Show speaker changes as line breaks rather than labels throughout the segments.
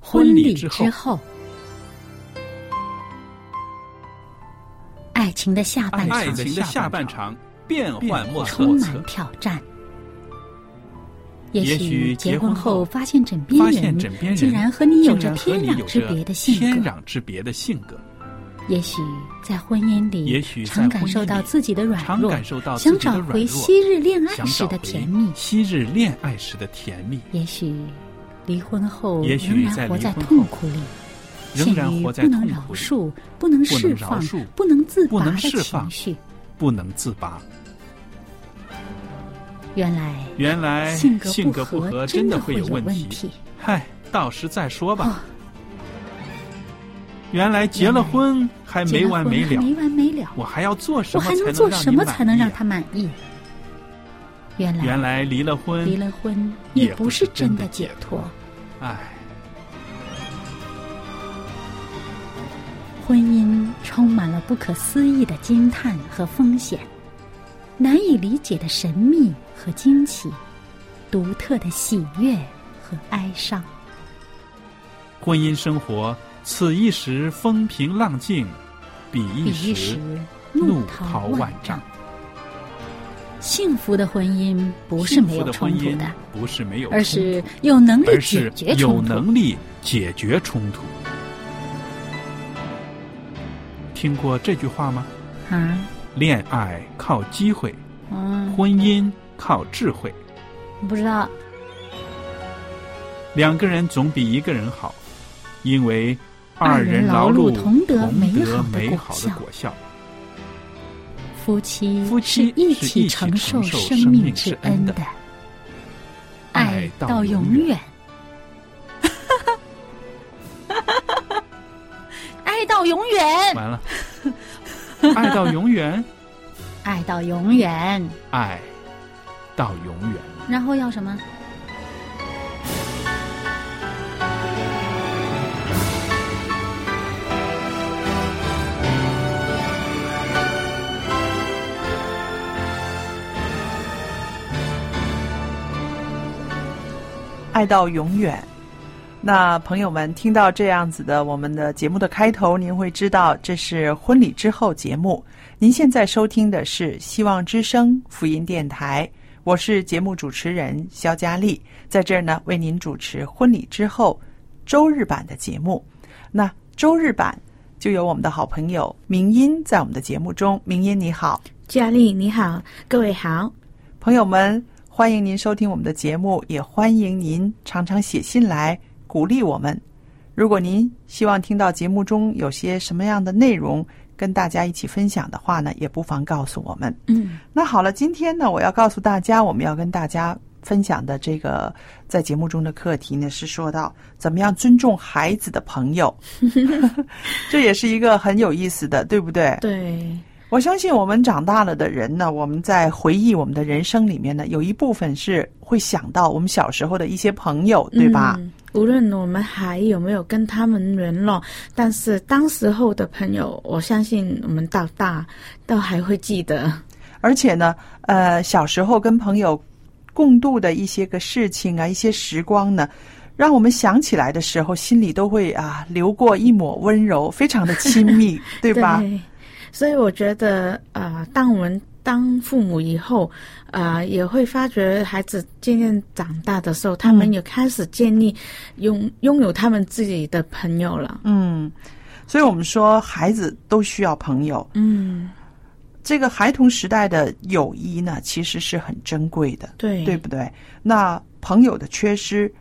婚
礼
礼
之
之
后
后，
爱情的下啊半
爱
场
情的下半场变幻莫测
充，满挑战。也
也
许
许
结
结
婚
婚
后
后
发现枕边
发
人
现枕边人
竟然和你有着
竟
天
然和你
壤
有
之
着
别的性
天
格，
壤之别的性格，
也许在婚姻里，
也许在
常感
婚姻
受到
里
自己的软
常
弱，
感受到自
想
己的
找
软
回
弱，
昔日恋嗯爱
想
时
找
的
回
甜蜜。
昔日恋爱时的甜蜜，
也许离婚后
也许
仍然
在
活
离
在
婚
痛
后
苦里，
仍然
陷于
活在
不能
痛
饶
苦里
恕、不能
不能
释
饶
放
恕、
不能自
不
拔
能
的
释
情
放
绪。
不能自拔。
原来
原来
性格
哎性格
不
不
合
合
真
真
的
的
会
会有
有问
题。
题。
嗨，到时再说吧。
哦，
原来结了婚还
结
哎没
了
完
婚
没
还
了，
没完没了，
我还要做什
我
么
还
才
能
能
做
让
什
你
么
满
才能
意
让
啊
他满意？原来
原来离了婚，
离了婚
也
也
不
不是
是
真
真的
的解
解
脱，
唉，
婚姻充满了不可思议的惊叹和风险，难以理解的神秘和惊奇，独特的喜悦和哀伤。
婚姻生活此一时风平浪静，彼
比
一
一时
时
怒
怒
涛
涛
万
万
丈
丈。
幸福的婚姻不是
幸
没
福
有
的
冲
婚
突
姻
的，
不是没有冲突，
而是有能力
而
解
是
决
有
冲突。
能力解决冲突。听过这句话吗？
啊，
恋爱靠机会，
嗯，
婚姻靠智慧。
不知道，
两个人总比一个人好，因为
二
二
人
人
劳
劳
碌
碌
同得美好
同得
的
美
果
好的
效
果效。
夫妻
夫妻
是一
是
起
一起
承受
承受
生
生
命
命
之
之
恩
恩
的
的，
爱
爱
到
到
永
永
远。 爱到永远，
完了，爱到永远，
爱到永远，
爱到永远。
然后要什么？
爱到永远。那朋友们听到这样子的我们的节目的开头，您会知道这是婚礼之后节目。您现在收听的是希望之声福音电台，我是节目主持人肖佳丽，在这儿呢为您主持婚礼之后周日版的节目。那周日版就有我们的好朋友明音在我们的节目中，明音你好。
佳丽你好，各位好，
朋友们，欢迎您收听我们的节目，也欢迎您常常写信来鼓励我们。如果您希望听到节目中有些什么样的内容跟大家一起分享的话呢，也不妨告诉我们。
嗯，
那好了，今天呢，我要告诉大家，我们要跟大家分享的这个在节目中的课题呢，是说到怎么样尊重孩子的朋友， 这也是一个很有意思的，对不对？
对，
我相信我们长大了的人呢，我们在回忆我们的人生里面呢，有一部分是会想到我们小时候的一些朋友，对吧？
嗯无论我们还有没有跟他们联络，但是当时候的朋友，我相信我们到大都还会记得。
而且呢，呃，小时候跟朋友共度的一些个事情啊，一些时光呢，让我们想起来的时候，心里都会啊流过一抹温柔，非常的亲密，对 吧？
所以我觉得，呃，当我们当父母以后，呃，也会发觉孩子渐渐长大的时候，他
嗯
们也开始建立拥拥有他们自己的朋友了。
嗯，所以我们说，孩子都需要朋友。
嗯，
这个孩童时代的友谊呢，其实是很珍贵的。
对，
对不对？那朋友的缺失，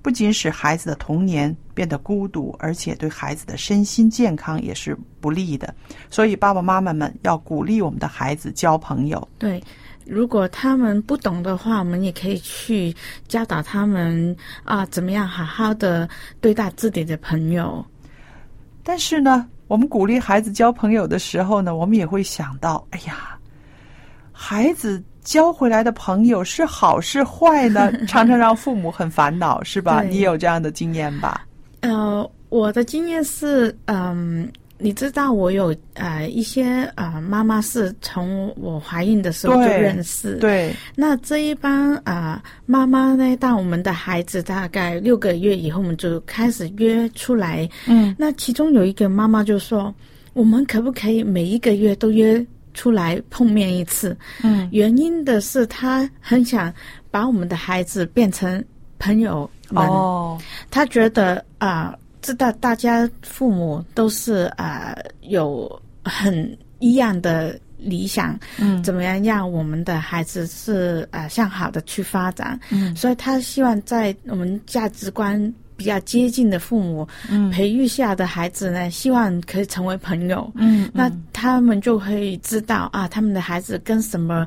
不仅使孩子的童年变得孤独，而且对孩子的身心健康也是不利的。所以，爸爸妈妈们要鼓励我们的孩子交朋友。
对，如果他们不懂的话，我们也可以去教导他们啊、怎么样好好的对待自己的朋友。
但是呢，我们鼓励孩子交朋友的时候呢，我们也会想到，哎呀，孩子交回来的朋友是好是坏 呢？常常让父母很烦恼，是吧？
对
你有这样的经验吧？
呃，我的经验是，嗯、你知道我有呃一些呃妈妈是从我怀孕的时候就
对
认识，
对，
那这一帮啊、妈妈呢，到我们的孩子大概六个月以后，我们就开始约出来。
嗯，
那其中有一个妈妈就说：“我们可不可以每一个月都约出来碰面一次？”
嗯，
原因的是她很想把我们的孩子变成朋友们，
哦，
她觉得啊、知道大家父母都是啊、有很一样的理想，
嗯，
怎么样让我们的孩子是呃向好的去发展？
嗯
所以他希望在我们价值观比较接近的父母
嗯
培育下的孩子呢，希望可以成为朋友。
嗯，
那他们就会知道啊，他们的孩子跟什么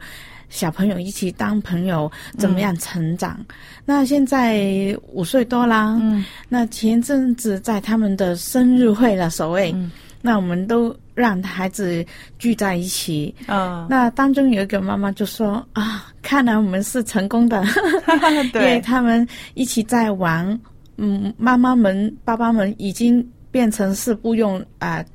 小朋友一起当朋友，
嗯
怎么样成长。那现在五岁多啦，
嗯
那前阵子在他们的生日会了，所谓，
嗯
那我们都让孩子聚在一起，
嗯，
那当中有一个妈妈就说啊，看来我们是成功的，因 为
对，
他们一起在玩，嗯，妈妈们、爸爸们已经变成是不用啊、呃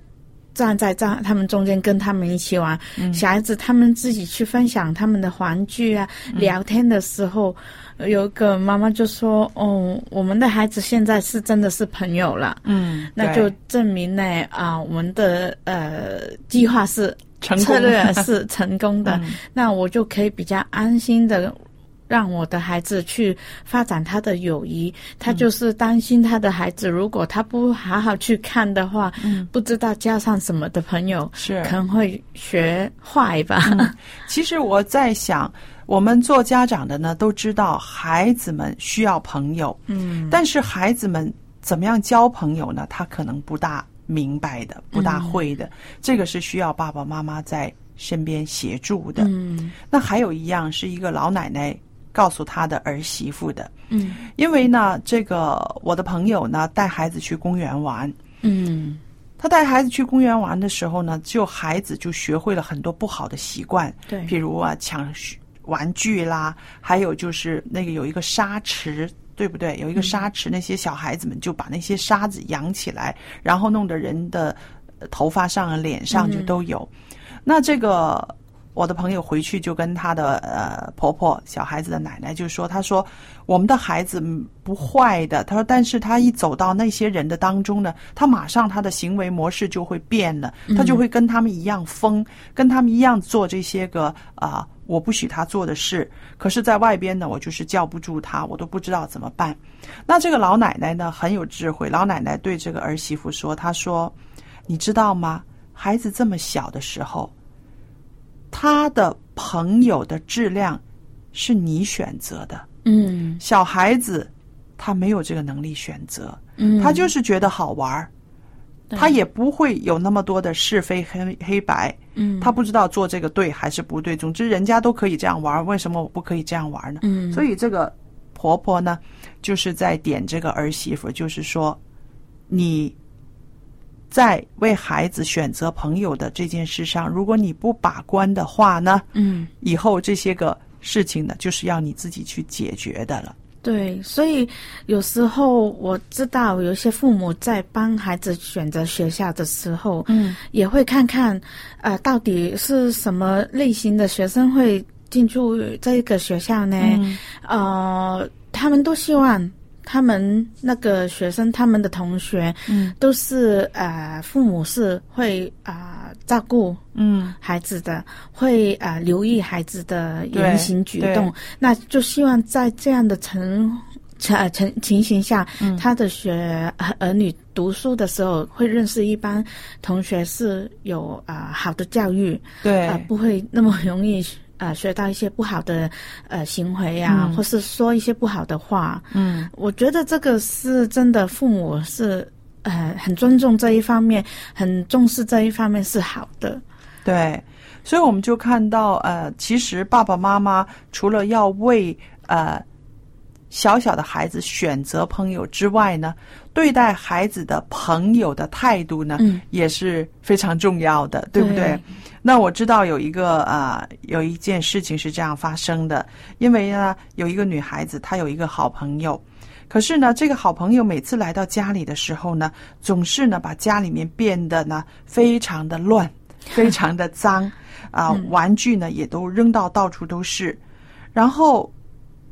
站在站他们中间跟他们一起玩，
嗯
小孩子他们自己去分享他们的玩具啊，
嗯
聊天的时候，有一个妈妈就说，哦，我们的孩子现在是真的是朋友了。
嗯，
那
对
就证明呢啊、我们的呃计划是
成功
策略是成功的，
嗯
那我就可以比较安心的让我的孩子去发展他的友谊。
嗯
他就是担心他的孩子，如果他不好好去看的话，
嗯
不知道交上什么的朋友，
是
可能会学坏吧。
其实我在想，我们做家长的呢，都知道孩子们需要朋友，嗯，但是孩子们怎么样交朋友呢？他可能不大明白
嗯
的，不大会的，这个是需要爸爸妈妈在身边协助的。
嗯
那还有一样是一个老奶奶告诉她的儿媳妇的，
嗯
因为呢，这个我的朋友呢带孩子去公园玩，
嗯
他带孩子去公园玩的时候呢，就孩子就学会了很多不好的习惯，
对
比如啊抢玩具啦，还有就是那个有一个沙池，对不对？有一个沙池，那些小孩子们就把那些沙子扬起来，然后弄得人的呃头发上啊、脸上就都有。那这个我的朋友回去就跟她的呃婆婆、小孩子的奶奶就说：“她说我们的孩子嗯不坏的，她说，但是她一走到那些人的当中呢，她马上她的行为模式就会变了，她就会跟他们一样疯，跟他们一样做这些个啊、我不许她做的事。可是，在外边呢，我就是叫不住她，我都不知道怎么办。那这个老奶奶呢很有智慧，老奶奶对这个儿媳妇说：她说，你知道吗？孩子这么小的时候。”他的朋友的质量是你选择的。
嗯
小孩子他没有这个能力选择，
嗯，
他就是觉得好玩儿，
对
他也不会有那么多的是非黑黑白，
嗯
他不知道做这个对还是不对。总之，人家都可以这样玩儿，为什么我不可以这样玩儿呢？
嗯
所以这个婆婆呢，就是在点这个儿媳妇，就是说，你在为孩子选择朋友的这件事上，如果你不把关的话呢，
嗯。
以后这些个事情呢，就是要你自己去解决的了。
对，所以有时候我知道有一些父母在帮孩子选择学校的时候，
嗯，
也会看看，呃，到底是什么类型的学生会进驻这个学校呢？
哎嗯
呃，他们都希望他们那个学生、他们的同学，
嗯，
都是呃，父母是会啊、呃照顾
嗯
孩子的，会啊、呃留意孩子的
对
言行举动
对，
那就希望在这样的成。情呃情情形下，
嗯
他的学呃儿女读书的时候会认识一帮同学是有啊、呃好的教育，
对
啊、不会那么容易啊、呃学到一些不好的呃行为啊，或是说一些不好的话。
嗯，
我觉得这个是真的，父母是呃很尊重这一方面，很重视这一方面是好的。
对，所以我们就看到，呃，其实爸爸妈妈除了要为呃小小的孩子选择朋友之外呢，对待孩子的朋友的态度呢，
嗯
也是非常重要的，对不对？
对
那我知道有一个啊、呃有一件事情是这样发生的，因为呢，有一个女孩子，她有一个好朋友，可是呢，这个好朋友每次来到家里的时候呢，总是呢把家里面变得呢非常的乱，非常的脏，啊、玩具呢也都扔到到处都是，然后。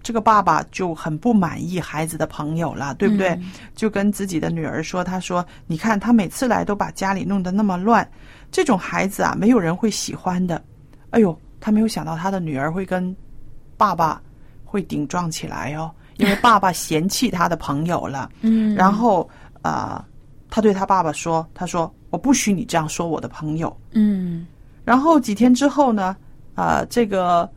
这个爸爸就很不满意孩子的朋友了，对不对？就跟自己的女儿说：“他说，你看他每次来都把家里弄得那么乱，这种孩子啊，没有人会喜欢的。”哎呦，他没有想到他的女儿会跟爸爸会顶撞起来哦，因为爸爸嫌弃他的朋友了。
嗯
然后啊、呃他对他爸爸说：“他说我不许你这样说我的朋友。”
嗯
然后几天之后呢，啊、这个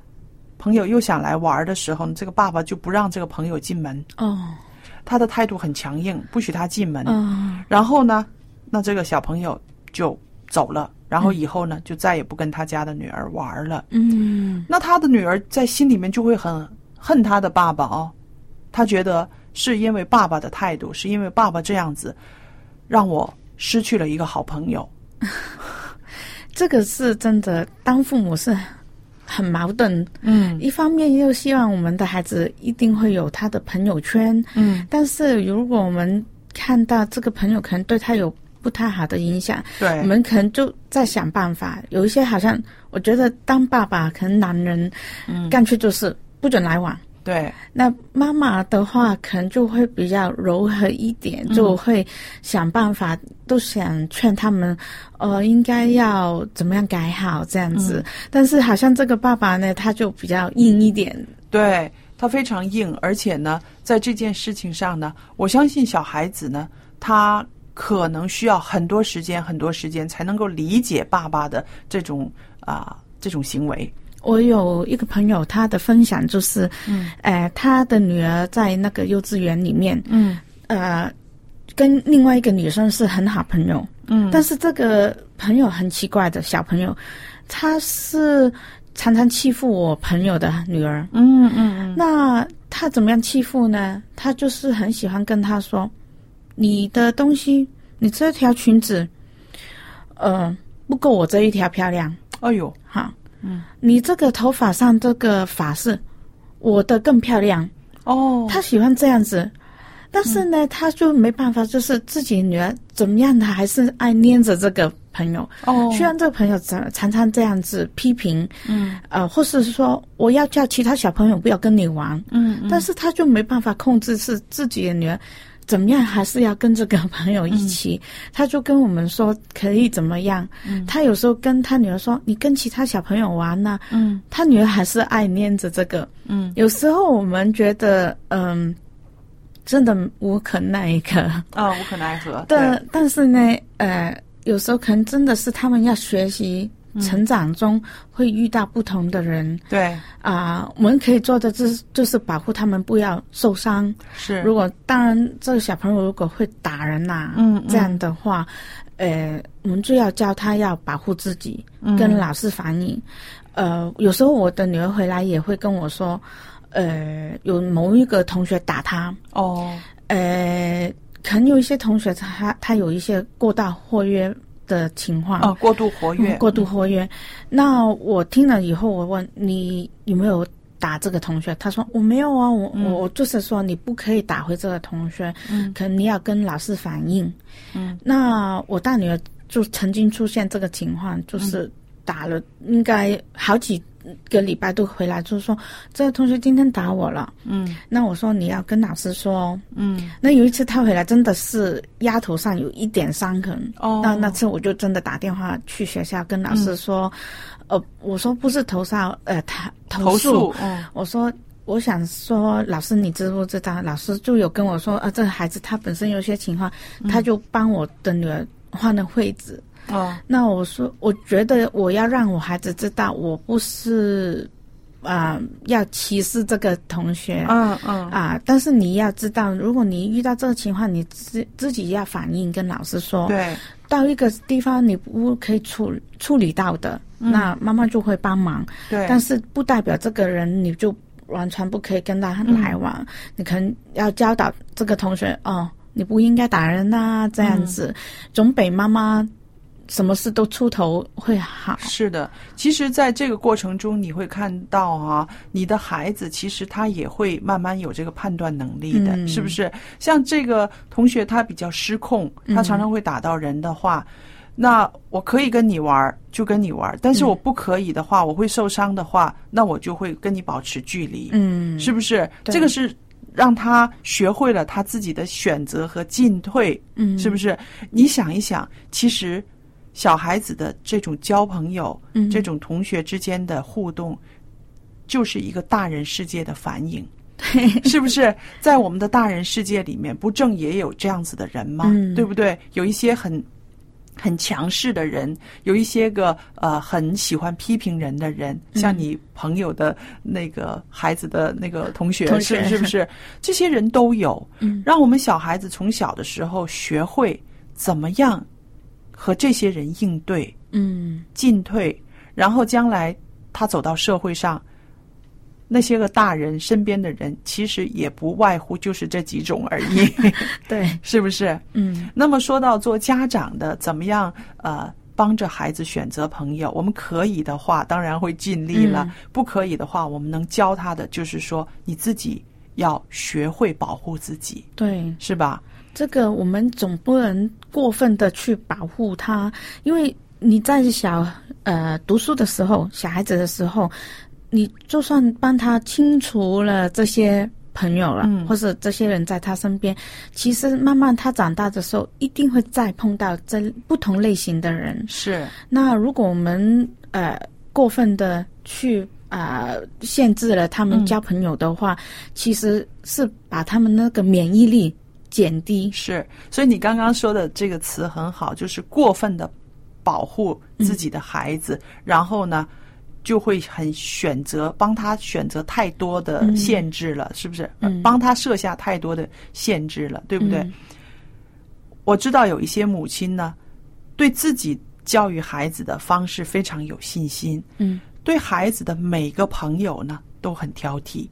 朋友又想来玩的时候呢，这个爸爸就不让这个朋友进门，
哦
他的态度很强硬，不许他进门。
哦
然后呢，那这个小朋友就走了，然后以后呢，就再也不跟他家的女儿玩了。
嗯
那他的女儿在心里面就会很恨他的爸爸哦，他觉得是因为爸爸的态度，是因为爸爸这样子，让我失去了一个好朋友。
这个是真的，当父母是很矛盾。
嗯
一方面又希望我们的孩子一定会有他的朋友圈，
嗯，
但是如果我们看到这个朋友可能对他有不太好的影响，
对，
我们可能就在想办法。有一些好像我觉得当爸爸可能男人
嗯
干脆就是不准来往。
对，
那妈妈的话，可能就会比较柔和一点，就会想办法，都想劝他们，呃，应该要怎么样改好这样子。但是好像这个爸爸呢，他就比较硬一点。
对他非常硬，而且呢，在这件事情上呢，我相信小孩子呢，他可能需要很多时间、很多时间才能够理解爸爸的这种啊、这种行为。
我有一个朋友，他的分享就是，嗯，呃，他的女儿在那个幼稚园里面，
嗯
呃，跟另外一个女生是很好朋友，
嗯
但是这个朋友很奇怪的小朋友，他是常常欺负我朋友的女儿，
嗯嗯
那他怎么样欺负呢？他就是很喜欢跟他说：“你的东西，你这条裙子，呃，不够我这一条漂亮，
嗯，哎呦，
哈，嗯，你这个头发上这个发饰，我的更漂亮。”
哦，嗯
他喜欢这样子，但是呢，他就没办法，就是自己女儿怎么样，他还是爱念着这个朋友。
哦，
虽然这个朋友常常常这样子批评，嗯，呃，或是说我要叫其他小朋友不要跟你玩，
嗯嗯
但是他就没办法控制是自己的女儿怎么样，还是要跟这个朋友一起。
嗯
他就跟我们说可以怎么样。他有时候跟他女儿说：“你跟其他小朋友玩呢、
嗯
他女儿还是爱念着这个。
嗯，
有时候我们觉得，嗯，真的无可奈何。
啊，无可奈何。
但但是呢，呃，有时候可能真的是他们要学习。
嗯
成长中会遇到不同的人
对对
啊、我们可以做的就是就是保护他们不要受伤，
是，
如果当然，这个小朋友如果会打人呐、
嗯嗯
这样的话，呃，我们就要教他要保护自己，
嗯
跟老师反映。呃，有时候我的女儿回来也会跟我说，呃，有某一个同学打她，
哦，
呃，可能有一些同学他他有一些过大活跃的情况，
啊，过度活跃，
嗯过度活跃。那我听了以后，我问你有没有打这个同学？他说我没有啊，我、我我就是说你不可以打回这个同学，
嗯
可能你要跟老师反映。
嗯，
那我大女儿就曾经出现这个情况，
嗯
就是打了，应该好几个礼拜都回来，就是说这个同学今天打我了。
嗯
那我说你要跟老师说哦。
嗯，
那有一次他回来真的是压头上有一点伤痕，
哦，嗯
那那次我就真的打电话去学校跟老师说，呃，我说不是投诉，呃，他
投
诉，
诉，嗯
我说。我想说，老师，你知不知道？老师就有跟我说，啊，这个孩子他本身有些情况，他就帮我的女儿换了位置。
哦
那我说，我觉得我要让我孩子知道，我不是啊、要歧视这个同学啊、
嗯嗯
但是你要知道，如果你遇到这个情况，你自自己要反应跟老师说。
对，
到一个地方你不可以处处理到的，那妈妈就会帮忙，
对，
但是不代表这个人你就完全不可以跟他来往，
嗯
你可能要教导
嗯
这个同学哦，你不应该打人呐、这样子，总比妈妈什么事都出头会好。
是的，其实，在这个过程中，你会看到啊，你的孩子其实他也会慢慢有这个判断能力的，
嗯
是不是？像这个同学，他比较失控，他
嗯
常常会打到人的话，那我可以跟你玩儿，就跟你玩儿；但是
嗯
我不可以的话，我会受伤的话，那我就会跟你保持距离，
嗯，
是不是？
对
这个是让他学会了他自己的选择和进退，
嗯，
是不是？你想一想，其实小孩子的这种交朋友，
嗯
这种同学之间的互动，就是一个大人世界的反应。是不是在我们的大人世界里面，不正也有这样子的人吗？
嗯
对不对？有一些很很强势的人，有一些个呃很喜欢批评人的人，
嗯
像你朋友的那个孩子的那个同学，
同
是
学
是不是？这些人都有，
嗯
让我们小孩子从小的时候学会怎么样和这些人应对、
嗯
进退，然后将来他走到社会上，那些个大人身边的人其实也不外乎就是这几种而已，
对，
是不是？
嗯
那么说到做家长的，怎么样呃帮着孩子选择朋友？我们可以的话，当然会尽力了；
嗯
不可以的话，我们能教他的就是说，你自己要学会保护自己，
对。
是吧？
这个我们总不能过分的去保护他，因为你在小呃读书的时候，小孩子的时候，你就算帮他清除了这些朋友了，
嗯
或是这些人在他身边，其实慢慢他长大的时候，一定会再碰到这不同类型的人。
是，
那如果我们呃过分的去啊、呃限制了他们
嗯
交朋友的话，其实是把他们那个免疫力减低。
是，所以你刚刚说的这个词很好，就是过分的保护自己的孩子，
嗯
然后呢，就会很选择帮他选择太多的
嗯
限制了，是不是？
嗯
帮他设下太多的限制了，对
对
不对？？我知道有一些母亲呢，对自己教育孩子的方式非常有信心，
嗯
对孩子的每个朋友呢都很挑 剔。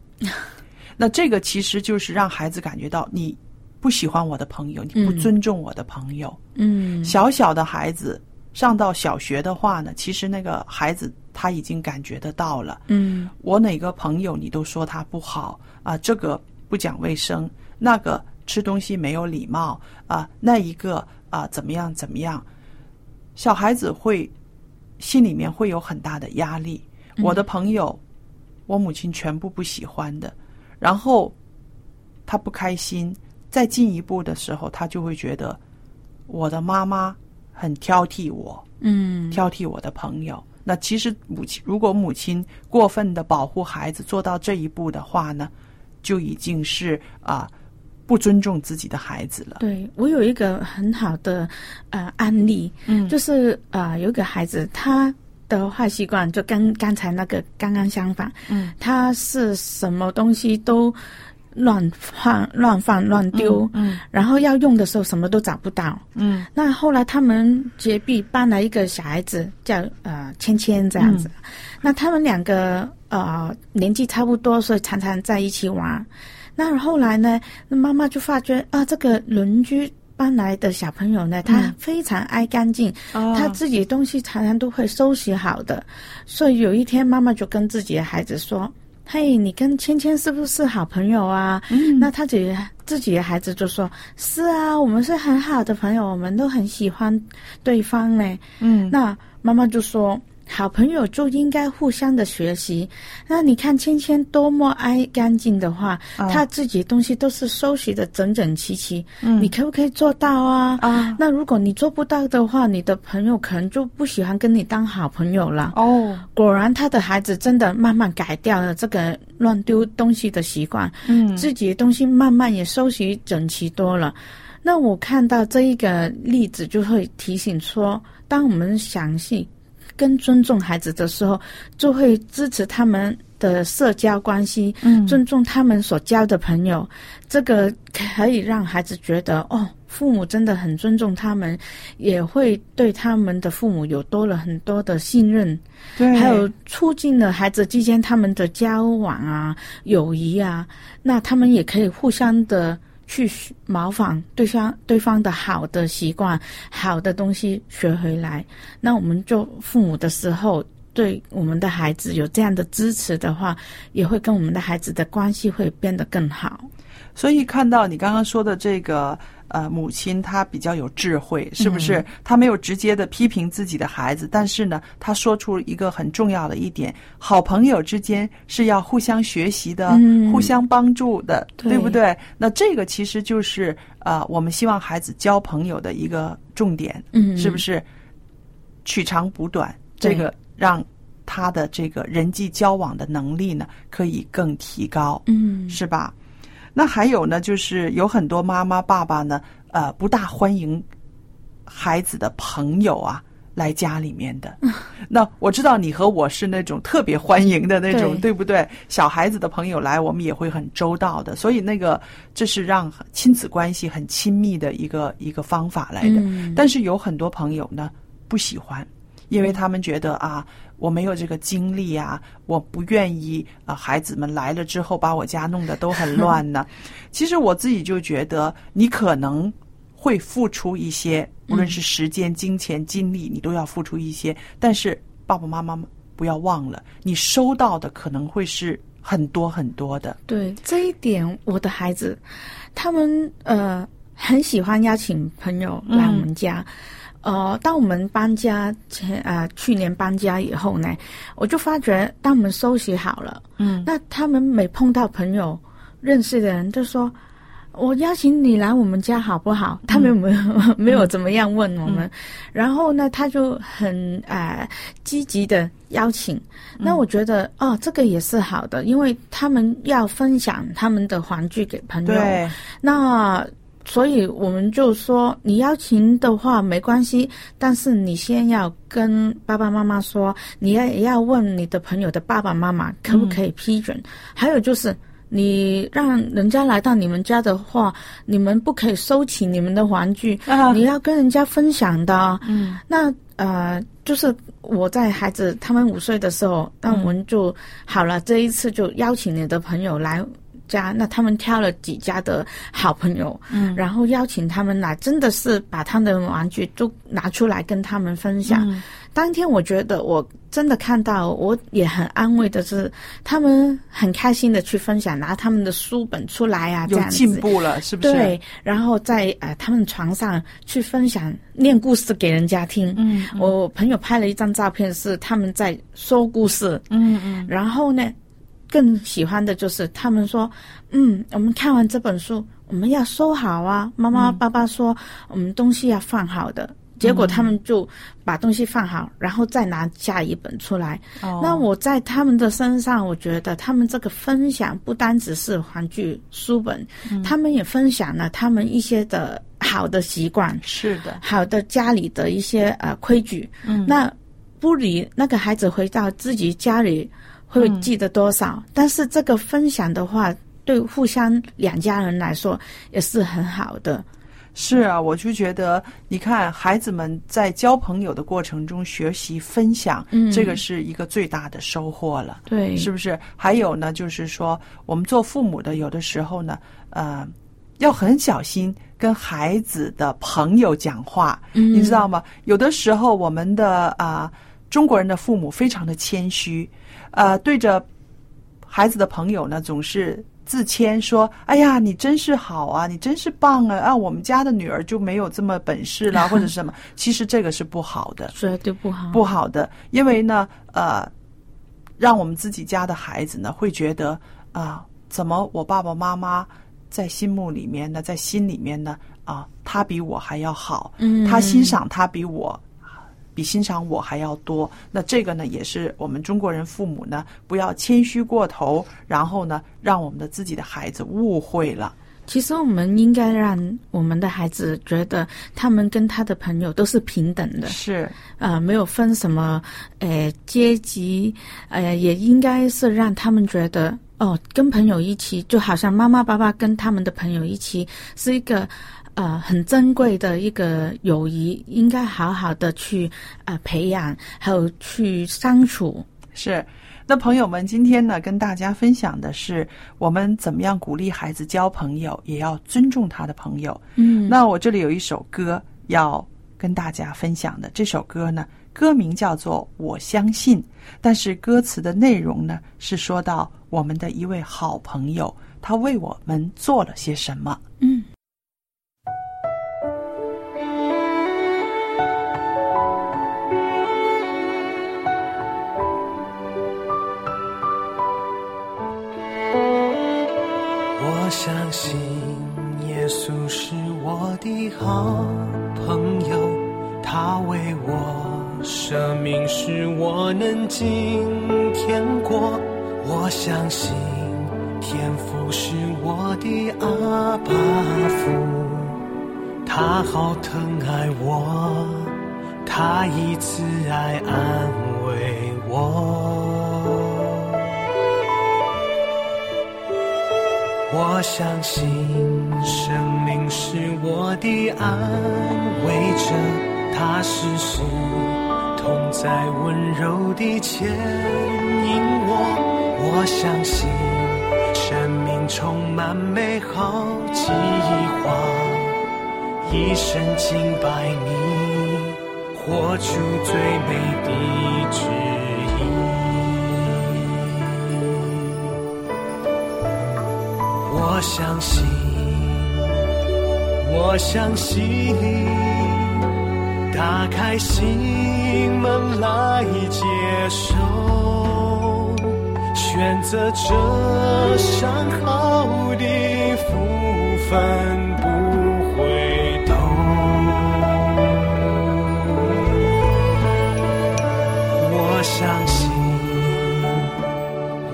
那这个其实就是让孩子感觉到你不喜欢我的朋友，你不
嗯
尊重我的朋友。
嗯
小小的孩子上到小学的话呢，其实那个孩子他已经感觉得到了，
嗯
我哪个朋友你都说他不好啊，这个不讲卫生，那个吃东西没有礼貌啊，那一个啊怎么样怎么样，小孩子会心里面会有很大的压力。我的朋友，我母亲全部不喜欢的，然后他不开心，再进一步的时候，他就会觉得我的妈妈很挑剔我，
嗯
挑剔我的朋友。那其实母亲如果母亲过分的保护孩子做到这一步的话呢，就已经是啊、不尊重自己的孩子了。
对我有一个很好的呃案例，
嗯
就是呃有一个孩子他。的坏习惯就跟刚才那个刚刚相反，
嗯，
他是什么东西都乱放、乱放、乱丢，
嗯
然后要用的时候什么都找不到。
嗯
那后来他们结壁搬来一个小孩子叫呃芊芊这样子，那他们两个呃年纪差不多，所以常常在一起玩。那后来呢，那妈妈就发觉啊，这个邻居搬来的小朋友呢，他非常爱干净，
啊
他自己东西常常都会收拾好的，所以有一天妈妈就跟自己的孩子说：“嘿，你跟芊芊是不是好朋友啊？”
嗯
那他自己自己的孩子就说：“是啊，我们是很好的朋友，我们都很喜欢对方嘞。”
嗯
那妈妈就说：“好朋友就应该互相的学习。那你看芊芊多么爱干净的话，
啊
她自己的东西都是收拾的整整齐齐，
嗯
你可不可以做到啊？
啊
那如果你做不到的话，你的朋友可能就不喜欢跟你当好朋友了。
哦
果然，他的孩子真的慢慢改掉了这个乱丢东西的习惯，
嗯
自己的东西慢慢也收拾整齐多了。那我看到这一个例子，就会提醒说，当我们详细跟尊重孩子的时候，就会支持他们的社交关系，
嗯
尊重他们所交的朋友，这个可以让孩子觉得哦，父母真的很尊重他们，也会对他们的父母有多了很多的信任，
对
还有促进了孩子之间他们的交往啊、友谊啊，那他们也可以互相的去模仿对方对方的好的习惯、好的东西学回来。那我们做父母的时候，对我们的孩子有这样的支持的话，也会跟我们的孩子的关系会变得更好。
所以看到你刚刚说的这个呃，母亲她比较有智慧，是不
嗯
是？她没有直接的批评自己的孩子，但是呢，她说出一个很重要的一点：好朋友之间是要互相学习的，
嗯
互相帮助的，
对
不对？那这个其实就是呃，我们希望孩子交朋友的一个重点，
嗯，
是不？是？取长补短，
对
这个让他的这个人际交往的能力呢，可以更提高。
嗯，
是吧？那还有呢，就是有很多妈妈爸爸呢，呃，不大欢迎孩子的朋友啊来家里面 的。那我知道你和我是那种特别欢迎的那种，
对
对不对？小孩子的朋友来，我们也会很周到的。所以那个这是让亲子关系很亲密的一个一个方法来的。
嗯
但是有很多朋友呢不喜欢，因为他们觉得啊，我没有这个精力啊，我不愿意啊、孩子们来了之后把我家弄得都很乱 呢、其实我自己就觉得，你可能会付出一些，无论是时间、金钱、精力，你都要付出一些。但是爸爸妈妈们不要忘了，你收到的可能会是很多很多的。
对这一点，我的孩子，他们呃很喜欢邀请朋友来我们家。呃，当我们搬家前，呃，去年搬家以后呢，我就发觉，当我们收拾好了，
嗯
那他们每碰到朋友认识的人，就说：“我邀请你来我们家好不好？”他们没有、没有怎么样问我们，然后呢，他就很呃积极的邀请。那我觉得、哦，这个也是好的，因为他们要分享他们的玩具给朋友。
对，
那所以我们就说，你邀请的话没关系，但是你先要跟爸爸妈妈说，你要也要问你的朋友的爸爸妈妈可不可以批准。还有就是。你让人家来到你们家的话，你们不可以收起你们的玩具，
啊
你要跟人家分享的。嗯，那呃，就是我在孩子他们五岁的时候，那我们就、好了，这一次就邀请你的朋友来家，那他们挑了几家的好朋友，嗯，然后邀请他们来，真的是把他们的玩具都拿出来跟他们分享。
嗯
当天我觉得我真的看到，我也很安慰的是，他们很开心的去分享，拿他们的书本出来啊，这
有
样子。
进步了，是不是？
对，然后在呃他们床上去分享念故事给人家听。嗯，我朋友拍了一张照片，是他们在说故事。
嗯嗯，
然后呢，更喜欢的就是他们说，嗯，我们看完这本书，我们要收好啊。妈妈、
嗯
爸爸说，我们东西要放好的。结果他们就把东西放好，然后再拿下一本出来。
哦
那我在他们的身上，我觉得他们这个分享不单只是玩具书本，
嗯
他们也分享了他们一些的好的习惯。
是的，
好的家里的一些呃规矩，嗯，那不理那个孩子回到自己家里会记得多少，但是这个分享的话，对互相两家人来说也是很好的，
是
嗯
啊，我就觉得，你看孩子们在交朋友的过程中学习分享，
嗯
这个是一个最大的收获了。
对
是不是？还有呢，就是说，我们做父母的，有的时候呢，呃，要很小心跟孩子的朋友讲话，
嗯
你知道吗？有的时候，我们的啊、中国人的父母非常的谦虚，呃，对着孩子的朋友呢，总是。自谦说：“哎呀，你真是好啊，你真是棒啊！啊，我们家的女儿就没有这么本事啦，或者是什么？其实这个是不好的，
绝对不好，
不好的，因为呢，呃，让我们自己家的孩子呢会觉得啊、怎么我爸爸妈妈在心目里面呢，在心里面呢啊、他比我还要好，
嗯
他欣赏他比我。比欣赏我还要多，那这个呢，也是我们中国人父母呢，不要谦虚过头，然后呢，让我们的自己的孩子误会了。
其实我们应该让我们的孩子觉得他们跟他的朋友都是平等的，
是，
呃，没有分什么，呃，阶级，呃，也应该是让他们觉得，哦，跟朋友一起，就好像妈妈爸爸跟他们的朋友一起，是一个，呃，很珍贵的一个友谊，应该好好的去，呃，培养，还有去相处。
是，那朋友们，今天呢，跟大家分享的是我们怎么样鼓励孩子交朋友，也要尊重他的朋友。
嗯，
那我这里有一首歌要跟大家分享的，这首歌呢，歌名叫做《我相信》，但是歌词的内容呢，是说到我们的一位好朋友，他为我们做了些什么。
嗯。
我相信耶稣是我的好朋友，他为我舍命，使我能今天过。我相信天父是我的阿爸父，他好疼爱我，他以慈爱安慰我。我相信生命是我的安慰者，它时时同在温柔地牵引我。我相信生命充满美好计划，一生敬拜你，活出最美的旨意。我相信，我相信，打开心门来接受，选择这上好的福分不回头。我相信，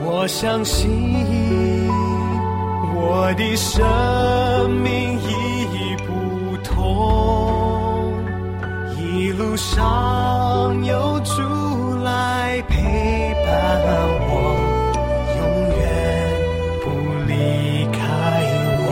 我相信。我的生命已不同，一路上有主来陪伴我，永远不离开我。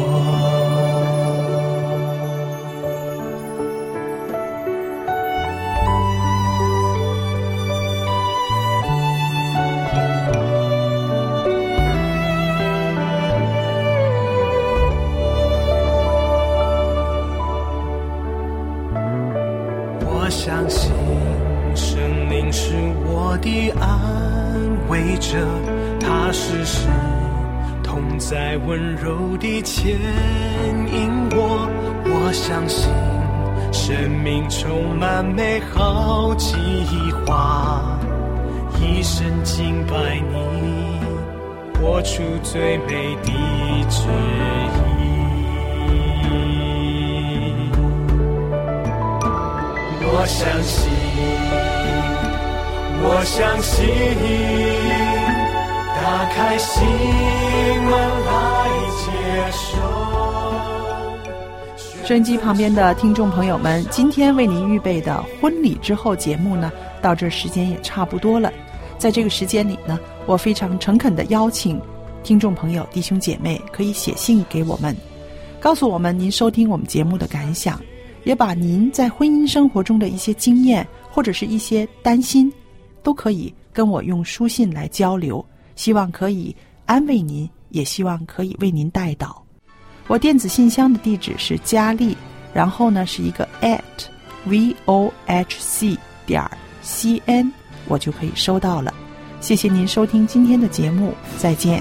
我相信生命是我的安慰者，它时时同在温柔地牵引我。我相信生命充满美好计划，一生敬拜你，活出最美的旨意。我相信，我相信，打开心门来接受。
收音机旁边的听众朋友们，今天为您预备的婚礼之后节目呢，到这儿时间也差不多了。在这个时间里呢，我非常诚恳的邀请听众朋友、弟兄姐妹可以写信给我们，告诉我们您收听我们节目的感想，也把您在婚姻生活中的一些经验或者是一些担心，都可以跟我用书信来交流。希望可以安慰您，也希望可以为您带导。我电子信箱的地址是佳丽，然后呢是一个 at v o h c 点 c n，我就可以收到了。谢谢您收听今天的节目，再见。